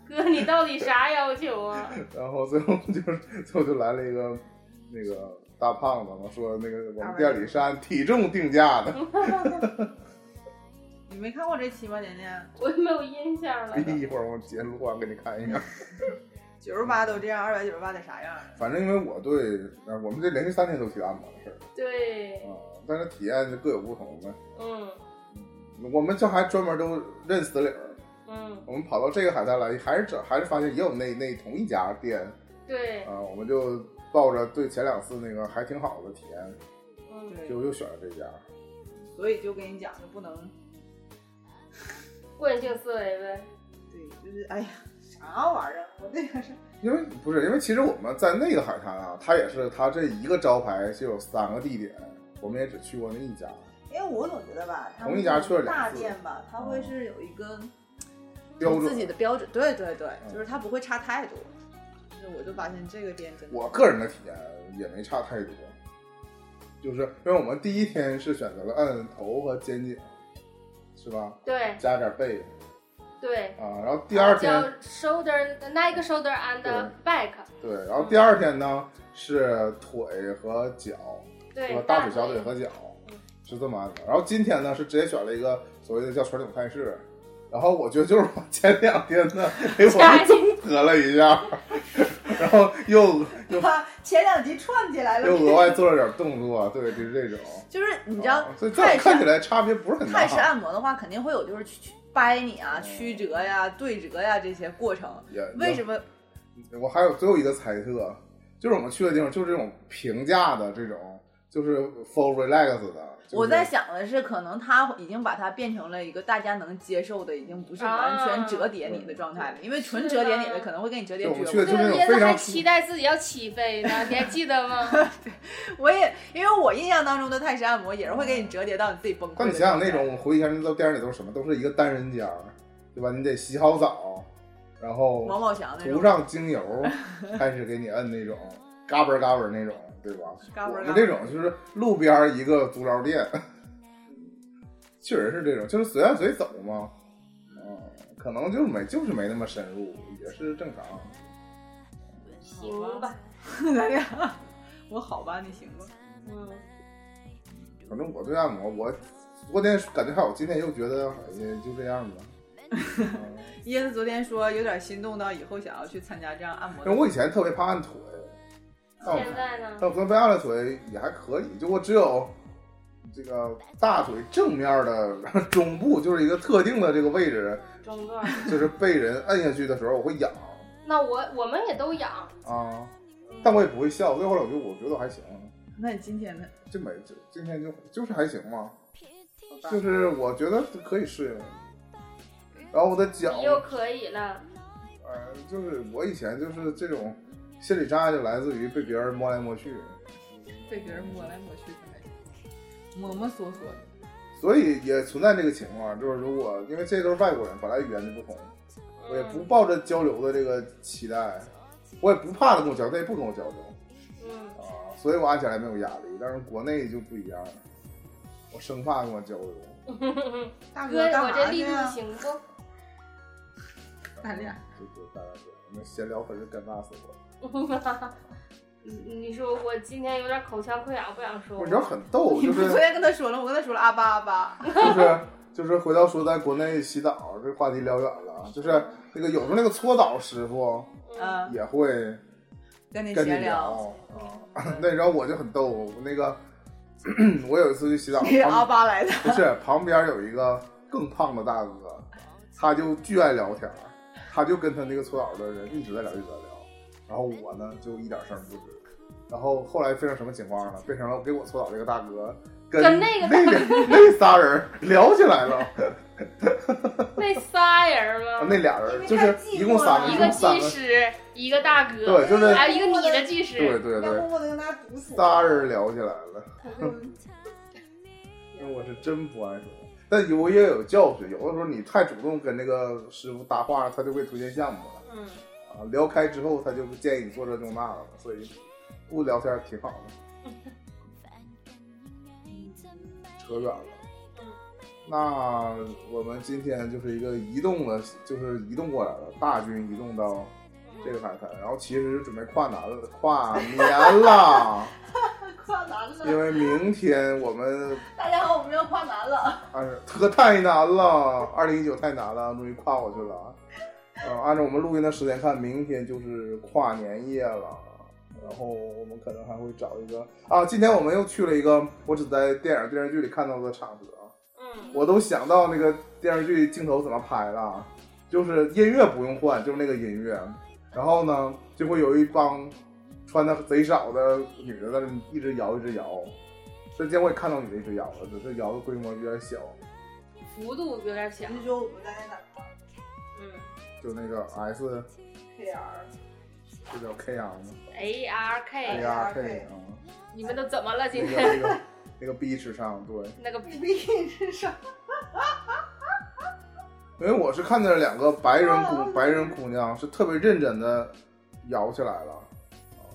[SPEAKER 3] 哥你到底啥要求啊？ <laughs>
[SPEAKER 1] 然后最后就是最后就来了一个那个大胖子嘛，说那个我们店里是按体重定价的。
[SPEAKER 5] 你没看过这期吗？年年
[SPEAKER 3] 我也没有印象了，
[SPEAKER 1] 一会儿我截录完给你看一下。
[SPEAKER 5] 九十八都这样，二百九十八得啥样啊？
[SPEAKER 1] 反正因为我对，呃我们这连续三天都提按摩的事儿
[SPEAKER 3] 对，
[SPEAKER 1] 啊、但是体验就各有不同呗。
[SPEAKER 3] 嗯
[SPEAKER 1] 我们这还专门都认死理儿，
[SPEAKER 3] 嗯，
[SPEAKER 1] 我们跑到这个海滩来，还是这还是发现也有那那同一家店
[SPEAKER 3] 对
[SPEAKER 1] 啊、，我们就抱着对前两次那个还挺好的体验，
[SPEAKER 3] 嗯，
[SPEAKER 5] 对，
[SPEAKER 1] 就又选了这家。
[SPEAKER 5] 所以就跟你讲，就不能
[SPEAKER 3] 惯性思维呗，
[SPEAKER 5] 对，就是哎呀，
[SPEAKER 4] 啥玩
[SPEAKER 5] 啊
[SPEAKER 4] 意儿？我这个是
[SPEAKER 1] 因为不是因为其实我们在那个海滩啊，它也是它这一个招牌就有三个地点，我们也只去过那一家。
[SPEAKER 4] 因为我总觉得吧，他
[SPEAKER 1] 同
[SPEAKER 4] 们
[SPEAKER 1] 一家去了两
[SPEAKER 4] 大
[SPEAKER 1] 次嗯
[SPEAKER 4] 店吧，他
[SPEAKER 5] 他会是有一个
[SPEAKER 1] 标准
[SPEAKER 5] 自己的标准，对对对，
[SPEAKER 1] 嗯
[SPEAKER 5] 就是他不会差太多。就是我就发现这个店真的，
[SPEAKER 1] 我个人的体验也没差太多，就是因为我们第一天是选择了按头和肩颈，是吧？
[SPEAKER 3] 对
[SPEAKER 1] 加点背
[SPEAKER 3] 对。
[SPEAKER 1] 啊，然后第二
[SPEAKER 3] 叫
[SPEAKER 1] 天
[SPEAKER 3] shoulder neck shoulder and
[SPEAKER 1] 对
[SPEAKER 3] back，
[SPEAKER 1] 对，然后第二天呢是腿和脚，
[SPEAKER 3] 对
[SPEAKER 1] 和，大腿、小腿
[SPEAKER 3] <laughs>
[SPEAKER 1] 和脚
[SPEAKER 3] 嗯
[SPEAKER 1] 是这么按的。然后今天呢是直接选了一个所谓的叫传统泰式。然后我觉得就是我前两天呢哎给我
[SPEAKER 3] 加进
[SPEAKER 1] 综合了一下，然后又
[SPEAKER 5] <laughs>
[SPEAKER 1] 又
[SPEAKER 4] 把前两集串起来了。
[SPEAKER 1] 又额外做了点动作，对，就是这种。
[SPEAKER 5] 就是你知道
[SPEAKER 1] 啊所以，在
[SPEAKER 5] 泰
[SPEAKER 1] 我
[SPEAKER 5] 式
[SPEAKER 1] 看起来差别不是很大。
[SPEAKER 5] 泰式按摩的话，肯定会有就是去去掰你啊、
[SPEAKER 1] 嗯
[SPEAKER 5] 曲折呀、对折呀这些过程。
[SPEAKER 1] 也
[SPEAKER 5] 为什么？
[SPEAKER 1] 么？我还有最后一个猜测，就是我们去的地方就是这种平价的这种，就是 full relax 的。就是
[SPEAKER 5] 我在想的是，可能他已经把它变成了一个大家能接受的，已经不是完全折叠你的状态了。因为纯折叠你的
[SPEAKER 3] 是啊
[SPEAKER 5] 可能会给你折叠
[SPEAKER 1] 就我们
[SPEAKER 5] 撅过
[SPEAKER 1] 去的
[SPEAKER 5] 去。
[SPEAKER 3] 对，
[SPEAKER 1] <laughs> 嗯就是那种
[SPEAKER 3] 椰
[SPEAKER 1] 非
[SPEAKER 3] 子还
[SPEAKER 1] 常
[SPEAKER 3] 期待自己要起飞呢，你还记
[SPEAKER 1] <laughs>
[SPEAKER 3] 得吗？
[SPEAKER 5] 我也因为我印象当中的泰式按摩也是会给你折叠到你自己崩溃的
[SPEAKER 1] 但
[SPEAKER 5] 状
[SPEAKER 1] 你
[SPEAKER 5] 态。
[SPEAKER 1] 想想那种，我回忆一下，那都电影里都是什么？都是一个单人间儿，对吧？你得洗好澡，然
[SPEAKER 5] 毛
[SPEAKER 1] 后
[SPEAKER 5] 毛翔那
[SPEAKER 1] 涂
[SPEAKER 5] 种，
[SPEAKER 1] 上精油，开始给你摁那种嘎嘣儿嘎嘣儿那种，对吧？
[SPEAKER 5] 嘎嘣
[SPEAKER 1] 我
[SPEAKER 5] 儿
[SPEAKER 1] 们
[SPEAKER 5] 嘎
[SPEAKER 1] 这
[SPEAKER 5] 嘣儿。
[SPEAKER 1] 种就是路边儿一个足疗店，确实是这种，就是随按随走嘛。嗯，可能就是没，就是没那么深入，也是正常。
[SPEAKER 3] 行吧，
[SPEAKER 5] <laughs> 咱俩，哎我好吧，你行吗？
[SPEAKER 3] 嗯，
[SPEAKER 1] 反正我对按摩，我昨天感觉还好，今天又觉得也就这样吧。嗯
[SPEAKER 5] 椰子昨天说有点心动到以后想要去参加这样按摩
[SPEAKER 1] 因为
[SPEAKER 5] 的。
[SPEAKER 1] 我以前特别怕按腿，但我
[SPEAKER 3] 现在呢？
[SPEAKER 1] 但我昨天被按了腿也还可以，就我只有这个大腿正面的中部，就是一个特定的这个位置，
[SPEAKER 3] 中段。
[SPEAKER 1] 就是被人摁下去的时候我会痒
[SPEAKER 3] 那我我们也都养，
[SPEAKER 1] 啊，但我也不会笑，所以后来我就我觉得还行，
[SPEAKER 5] 那你今天呢？
[SPEAKER 1] 这没这今天就就是还行嘛，
[SPEAKER 5] 好吧
[SPEAKER 1] 就是我觉得可以适应。然后我的脚
[SPEAKER 3] 你，又可以了。
[SPEAKER 1] 呃，就是我以前就是这种心理障碍，就来自于被别人摸来摸去。
[SPEAKER 5] 被别人摸来摸去才行，摸摸索索的。
[SPEAKER 1] 所以也存在这个情况，就是如果因为这都是外国人，本来语言就不同，
[SPEAKER 3] 嗯
[SPEAKER 1] 我也不抱着交流的这个期待，我也不怕他跟我交流，他也不跟我交流
[SPEAKER 3] 嗯，
[SPEAKER 1] 啊，所以我按起来没有压力。但是国内就不一样，我生怕跟我交流。
[SPEAKER 5] 大
[SPEAKER 3] 哥，
[SPEAKER 5] 哥干
[SPEAKER 3] 我这
[SPEAKER 5] 嘛去啊
[SPEAKER 3] 力度
[SPEAKER 5] 呀？ <laughs>
[SPEAKER 3] 行不？
[SPEAKER 5] 咱俩
[SPEAKER 1] 就就大家这样我们闲聊可是尴尬死我了。
[SPEAKER 3] 你你说我今天有点口腔溃疡，不想说
[SPEAKER 1] 我。你知道很逗，
[SPEAKER 5] 你
[SPEAKER 1] 就
[SPEAKER 5] <laughs> 不
[SPEAKER 1] 是
[SPEAKER 5] 是昨天跟他说了吗，我跟他说了阿巴阿巴，
[SPEAKER 1] 就是就是回到说在国内洗澡这个话题聊远了，就是那个有时候那个搓澡师傅
[SPEAKER 3] 嗯，
[SPEAKER 5] 嗯，
[SPEAKER 1] 也会
[SPEAKER 5] 跟你
[SPEAKER 1] 跟你
[SPEAKER 5] 闲
[SPEAKER 1] 聊哦 <laughs>
[SPEAKER 5] 聊，
[SPEAKER 1] 啊。那时候我就很逗，我那个 <clears throat> 我有一次去洗澡，
[SPEAKER 5] 你是
[SPEAKER 1] 旁
[SPEAKER 5] 阿巴来的，
[SPEAKER 1] 不是，旁边有一个更胖的大哥，他就巨爱聊天儿，他就跟他那个搓澡的人一直在聊，一直在聊。然后我呢，就一点声儿不吱。然后后来变成什么情况了？变成了给我搓澡这个大哥跟
[SPEAKER 3] 跟那个大
[SPEAKER 1] 那个那仨人聊起来了，
[SPEAKER 3] 那仨人
[SPEAKER 1] 啊
[SPEAKER 3] 吗？
[SPEAKER 1] 那俩人就
[SPEAKER 4] 因为
[SPEAKER 1] 是
[SPEAKER 4] 太寂
[SPEAKER 1] 一共
[SPEAKER 4] 寞
[SPEAKER 1] 三
[SPEAKER 4] 了
[SPEAKER 1] 个，
[SPEAKER 3] 一
[SPEAKER 1] 一
[SPEAKER 3] 个
[SPEAKER 1] 共三
[SPEAKER 3] 技
[SPEAKER 1] 个，
[SPEAKER 3] 师，一个大哥，
[SPEAKER 1] 对，就是
[SPEAKER 3] 还有一个你的技师。
[SPEAKER 1] 对对
[SPEAKER 4] 要
[SPEAKER 1] 对
[SPEAKER 4] 默，默的跟大家独处。
[SPEAKER 1] 仨人聊起来了。
[SPEAKER 4] 嗯
[SPEAKER 1] 那 <laughs> 我是真不爱说，但我也有教训，有的时候你太主动跟那个师傅搭话，他就给你推荐项目了。
[SPEAKER 4] 嗯，
[SPEAKER 1] 啊，聊开之后他就建议你做这做那了，所以不聊天挺好的。扯远了，那我们今天就是一个移动的，就是移动过来了，大军移动到
[SPEAKER 3] 嗯
[SPEAKER 1] 这个海滩，然后其实准备跨南了，跨年了，
[SPEAKER 4] 跨栏
[SPEAKER 1] 因
[SPEAKER 4] 了。
[SPEAKER 1] 为明天我们
[SPEAKER 4] 大家好，我们要跨栏 <laughs> 了。
[SPEAKER 1] 按特哎太难了，二零一九太难了，终于跨过去了。呃，按照我们录音的时间看，明天就是跨年夜了。然后我们可能还会找一个啊，今天我们又去了一个我只在电影电视剧里看到的场合啊，
[SPEAKER 4] 嗯，
[SPEAKER 1] 我都想到那个电视剧镜头怎么拍了，就是音乐不用换，就是那个音乐，然后呢就会有一帮穿的贼少的女的在那一直摇一直摇，瞬间我也看到女的一直摇了，只是摇的规模有点小，
[SPEAKER 3] 幅度有点小
[SPEAKER 4] 你。是说我们在那打跨
[SPEAKER 3] 嗯
[SPEAKER 1] 就那个 S
[SPEAKER 4] KR？
[SPEAKER 1] 就叫 K R 吗
[SPEAKER 3] ，A R
[SPEAKER 1] ？A
[SPEAKER 5] 哎
[SPEAKER 3] K，
[SPEAKER 1] R
[SPEAKER 4] ARK
[SPEAKER 1] K 啊，
[SPEAKER 3] 你们都怎么了？
[SPEAKER 1] 那
[SPEAKER 3] 今
[SPEAKER 1] 个
[SPEAKER 3] 天
[SPEAKER 1] 那个那个 B 池上对，
[SPEAKER 3] 那个
[SPEAKER 4] 你毕是啥？
[SPEAKER 1] 因为我是看见两个白人姑白人姑娘是特别认真的摇起来了，啊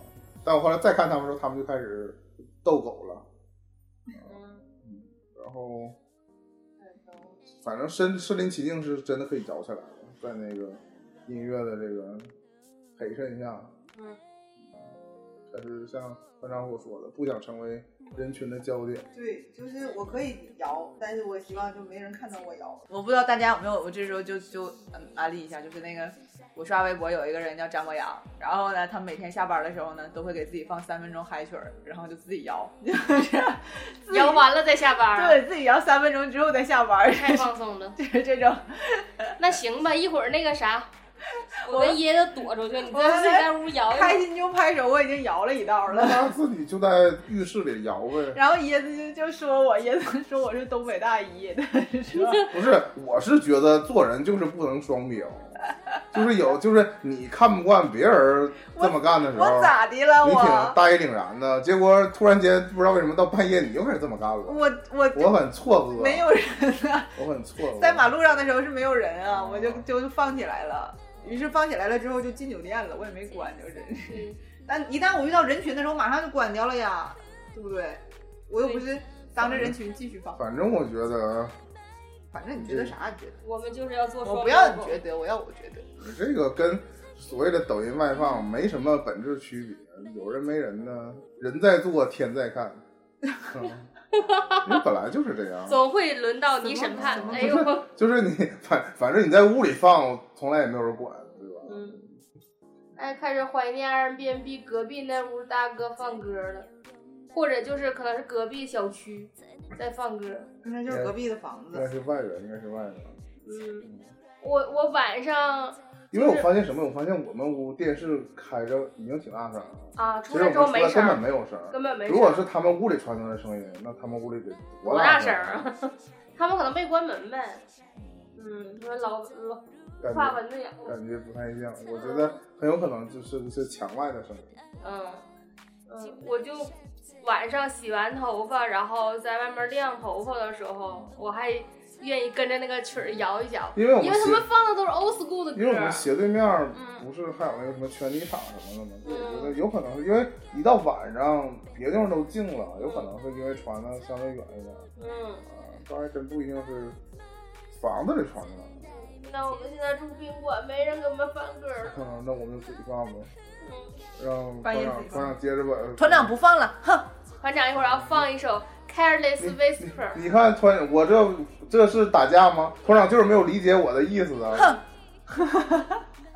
[SPEAKER 1] 但我后来再看他们的时候，他们就开始逗狗了，嗯，然后反正身身临其境是真的可以摇起来了，在那个音乐的这个陪衬下，
[SPEAKER 3] 嗯，
[SPEAKER 1] 但是像班长所说的，不想成为人群的焦点。
[SPEAKER 4] 对，就是我可以摇，但是我希望就没人看到我摇。
[SPEAKER 5] 我不知道大家有没有，我这时候就就嗯安利一下，就是那个我刷微博有一个人叫张博洋，然后呢，他每天下班的时候呢，都会给自己放三分钟嗨曲儿，然后就自己摇， <laughs>
[SPEAKER 1] <laughs>
[SPEAKER 5] 就是自己
[SPEAKER 3] 摇完了再下班儿，
[SPEAKER 5] 对自己摇三分钟之后再下班，
[SPEAKER 1] 哎
[SPEAKER 3] 太放松了。
[SPEAKER 5] 就是这
[SPEAKER 1] <laughs>
[SPEAKER 5] 种。
[SPEAKER 3] 那行吧，一会儿那个啥，我跟椰子躲出去，你在自己在屋
[SPEAKER 1] 哎
[SPEAKER 3] 摇一
[SPEAKER 5] 开
[SPEAKER 3] 摇。
[SPEAKER 5] 心就拍手，我已经摇了一道了。 <laughs>
[SPEAKER 1] 他自己就在浴室里摇呗。
[SPEAKER 5] 然后椰子就就说我，椰子说我是东北大姨， <laughs> 说
[SPEAKER 1] <laughs> 不是，我是觉得做人就是不能双标，就是有，就是你看不惯别人这么干的时候
[SPEAKER 5] 我，咋的了
[SPEAKER 1] 你挺
[SPEAKER 5] 我？
[SPEAKER 1] 大义凛然的，结果突然间不知道为什么到半夜你又开始这么干了，
[SPEAKER 5] 我我
[SPEAKER 1] 我很错愕，
[SPEAKER 5] 没有人 <laughs> 啊，
[SPEAKER 1] 我很错愕。
[SPEAKER 5] 在马路上的时候是没有人啊，我就就放起来了。于是放起来了之后就进酒店了，我也没关，就是。
[SPEAKER 3] 嗯
[SPEAKER 5] 但一旦我遇到人群的时候，马上就关掉了呀，对不对？我又不是当着人群继续放，
[SPEAKER 1] 反正我觉得
[SPEAKER 5] 反正你觉得啥你觉得，
[SPEAKER 3] 我们就是要做双
[SPEAKER 5] 我
[SPEAKER 3] 标
[SPEAKER 5] 不要你觉得，我要我觉得。
[SPEAKER 1] 这个跟所谓的抖音外放没什么本质区别，有人没人呢，人在做天在
[SPEAKER 5] <laughs>
[SPEAKER 1] 看，嗯、因为本来就是这样。
[SPEAKER 3] 总会轮到你审判
[SPEAKER 5] 怎。么
[SPEAKER 3] 哎呦，
[SPEAKER 1] 就是你 <laughs> 反反正你在屋里放，从来也没有人管，对吧？
[SPEAKER 3] 嗯，哎，开始怀念 Airbnb 隔壁那屋大哥放歌了，或者就是可能是隔壁小区在放歌。
[SPEAKER 5] 那就是隔壁的房
[SPEAKER 1] 应该
[SPEAKER 5] 子，
[SPEAKER 1] 是外人，应该是外人。
[SPEAKER 3] 嗯，我我晚上
[SPEAKER 1] 因为我发现什么？我发现我们屋电视开着已经挺大声了，
[SPEAKER 3] 啊
[SPEAKER 1] 其
[SPEAKER 3] 出
[SPEAKER 1] 实我们
[SPEAKER 3] 来之后
[SPEAKER 1] 出
[SPEAKER 3] 没
[SPEAKER 1] 来
[SPEAKER 3] 声
[SPEAKER 1] 根本
[SPEAKER 3] 儿，
[SPEAKER 1] 没有声儿。
[SPEAKER 3] 根本没声儿。
[SPEAKER 1] 如果是他们屋里传出来的声音，那他们屋里得
[SPEAKER 3] 多
[SPEAKER 1] 大
[SPEAKER 3] 大声儿
[SPEAKER 1] 啊？
[SPEAKER 3] 啊？ <laughs> 他们可能没关门呗。嗯，说老老
[SPEAKER 1] 感
[SPEAKER 3] 怕
[SPEAKER 1] 觉
[SPEAKER 3] 蚊子咬。
[SPEAKER 1] 感觉不太一样，我觉得很有可能就是是墙外的声音。
[SPEAKER 3] 嗯，嗯，我就晚上洗完头发，然后在外面晾头发的时候，我还愿意跟着那个曲儿摇一摇，
[SPEAKER 1] 因为我
[SPEAKER 3] 因
[SPEAKER 1] 们
[SPEAKER 3] 为他
[SPEAKER 1] 斜，
[SPEAKER 3] 们放的都是 old school 的
[SPEAKER 1] 因为我
[SPEAKER 3] 歌
[SPEAKER 1] 们
[SPEAKER 3] 儿。
[SPEAKER 1] 斜对面儿
[SPEAKER 3] 嗯
[SPEAKER 1] 不是还有那个什么拳击场什么的吗？
[SPEAKER 3] 嗯
[SPEAKER 1] 我觉得有可能是因为一到晚上，别地方都静了，有可能是因为传的相对远一点。
[SPEAKER 3] 嗯，
[SPEAKER 1] 啊，倒还真不一定是房子里传的，
[SPEAKER 3] 那我们现在住宾馆，没人给我们放歌儿了。
[SPEAKER 1] 可能那我们就自己放呗，
[SPEAKER 3] 嗯，
[SPEAKER 1] 让
[SPEAKER 5] 半
[SPEAKER 1] 团
[SPEAKER 5] 夜
[SPEAKER 1] 长
[SPEAKER 5] 自己放
[SPEAKER 1] 团长接着吧。
[SPEAKER 5] 团长不放了，哼，
[SPEAKER 3] 团长一会儿要放一首 Careless Whisper。
[SPEAKER 1] 你看团，我这这是打架吗？团长就是没有理解我的意思啊！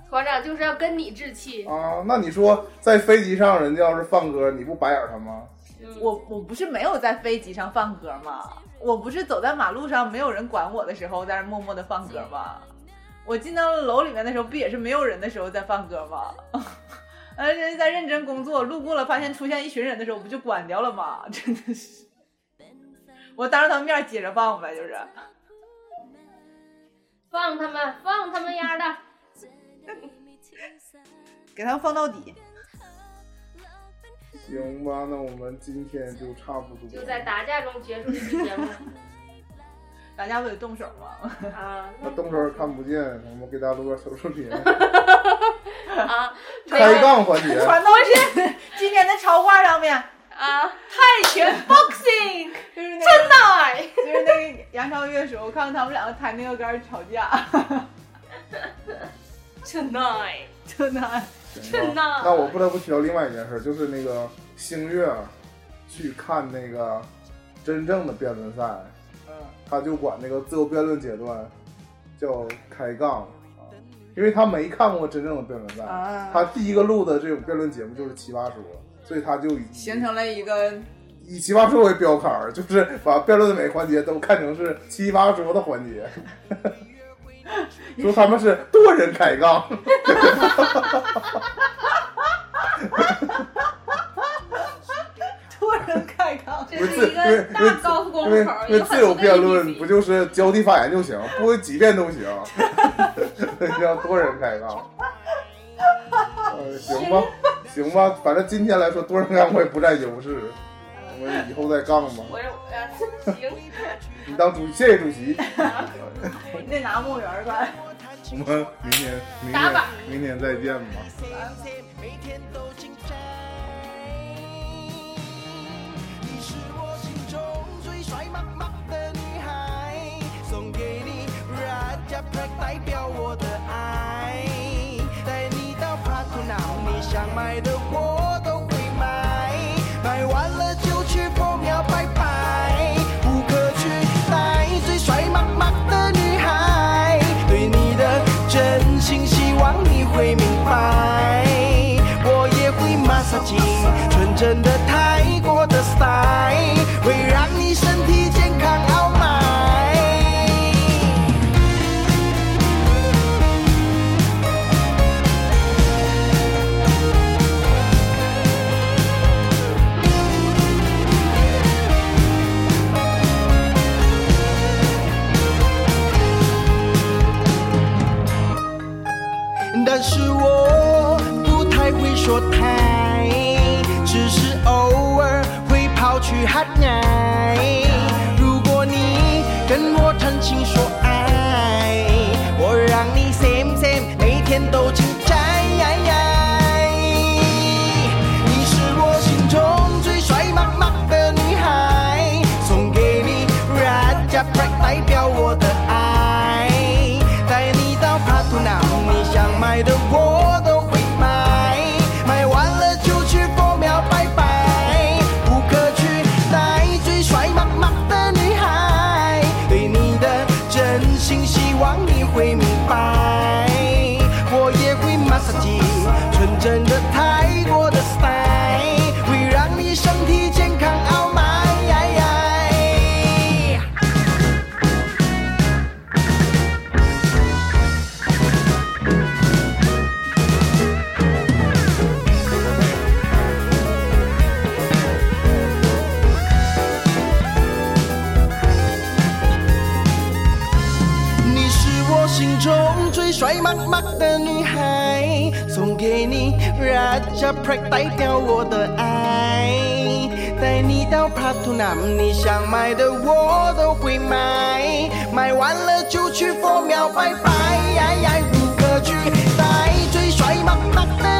[SPEAKER 3] 团长就是要跟你置气，
[SPEAKER 1] 哦啊，那你说在飞机上人家要是放歌，你不白眼他吗？
[SPEAKER 3] 嗯
[SPEAKER 5] 我我不是没有在飞机上放歌吗？我不是走在马路上没有人管我的时候在那默默的放歌吗？我进到楼里面的时候不也是没有人的时候在放歌吗？而且在认真工作，路过了发现出现一群人的时候，我不就关掉了吗？ <laughs> 真的是，我当着他们面接着放呗，就是。
[SPEAKER 3] 放他们，放他们丫的！
[SPEAKER 5] 给他们放到底。
[SPEAKER 1] 行吧，那我们今天就差不多。
[SPEAKER 3] 就在打架中结束这期
[SPEAKER 1] <laughs>
[SPEAKER 3] 节目
[SPEAKER 5] 大家不得动手吗？
[SPEAKER 3] 啊
[SPEAKER 1] 那动手看不见，我们给大家录个手视
[SPEAKER 3] <laughs>
[SPEAKER 1] 频，
[SPEAKER 3] 啊！没有
[SPEAKER 1] 开杠环节。
[SPEAKER 5] 传到是今年的潮话上面，
[SPEAKER 3] 啊！泰拳 boxing
[SPEAKER 5] 就是那
[SPEAKER 3] 真
[SPEAKER 5] 个，
[SPEAKER 3] 的哎，
[SPEAKER 5] 就是那个杨超越说，我看到他们两个抬那个杆儿吵架， <laughs>
[SPEAKER 3] 真的哎，
[SPEAKER 5] 真的。
[SPEAKER 1] 行吧那我不得不提到另外一件事，就是那个星月啊去看那个真正的辩论赛，
[SPEAKER 5] 嗯，
[SPEAKER 1] 他就管那个自由辩论阶段叫开杠啊，因为他没看过真正的辩论赛，
[SPEAKER 5] 啊
[SPEAKER 1] 他第一个录的这种辩论节目就是奇葩说，所以他就以
[SPEAKER 5] 形成了一个
[SPEAKER 1] 以奇葩说为标杆儿，就是把辩论的每个环节都看成是奇葩说的环
[SPEAKER 5] <laughs>
[SPEAKER 1] 节，说他们是多人开杠。
[SPEAKER 5] 多人开杠。
[SPEAKER 3] 这
[SPEAKER 1] 不
[SPEAKER 3] 是
[SPEAKER 1] 自
[SPEAKER 3] 一个大高速公
[SPEAKER 1] 因
[SPEAKER 3] 路
[SPEAKER 1] 为
[SPEAKER 3] 口，
[SPEAKER 1] 因为
[SPEAKER 3] 有很
[SPEAKER 1] 自
[SPEAKER 3] 多
[SPEAKER 1] 由
[SPEAKER 3] 个
[SPEAKER 1] 辩论不
[SPEAKER 3] NPC
[SPEAKER 1] 就是交替发言就行，播几遍
[SPEAKER 3] <laughs>
[SPEAKER 1] 都行，要多人开杠。呃，行吧，行吧，反正今天来说多人杠我也不占优势，我们以后再杠吧。
[SPEAKER 3] 我我行，
[SPEAKER 1] 你当主，谢谢主席。
[SPEAKER 5] 你得拿墓园儿吧。
[SPEAKER 1] 我们明年，明
[SPEAKER 3] 打
[SPEAKER 1] 年
[SPEAKER 3] 板，
[SPEAKER 1] 明年再见吧。
[SPEAKER 6] 每天都精湛。你是我心中最帅妈妈的女孩，送给你 Raja Prada 代表我的爱，带你到 p a k u n a 你想买的我都会买，买完了就去破庙拜拜，不可取代最帅妈妈的女孩，对你的真心希望你会明白。我也会 massage，纯正的泰国的 style，会让你身体健康 all my。但是我不太会说泰，只是偶尔会跑去喊爱。如果你跟我谈情说爱，我让你 same same 每天都精彩。你是我心中最帅妈妈的女孩，送给你 Raja Prada 代表我的爱，带你到 p a t u n a 你想买的我都会买，买完了就去佛庙拜拜，不可取代最帅妈妈的女孩，对你的真心希望你会明白。我也会 massage，纯正的泰国的 style，会让你身体健康，Oh 哎 all my。你是我心中最帅妈妈的女孩，送给你 Raja Prada 代表我的爱，带你到 p a t u n a 你想买的我都会买，买完了哎就去佛庙拜拜，无可取代最帅妈妈的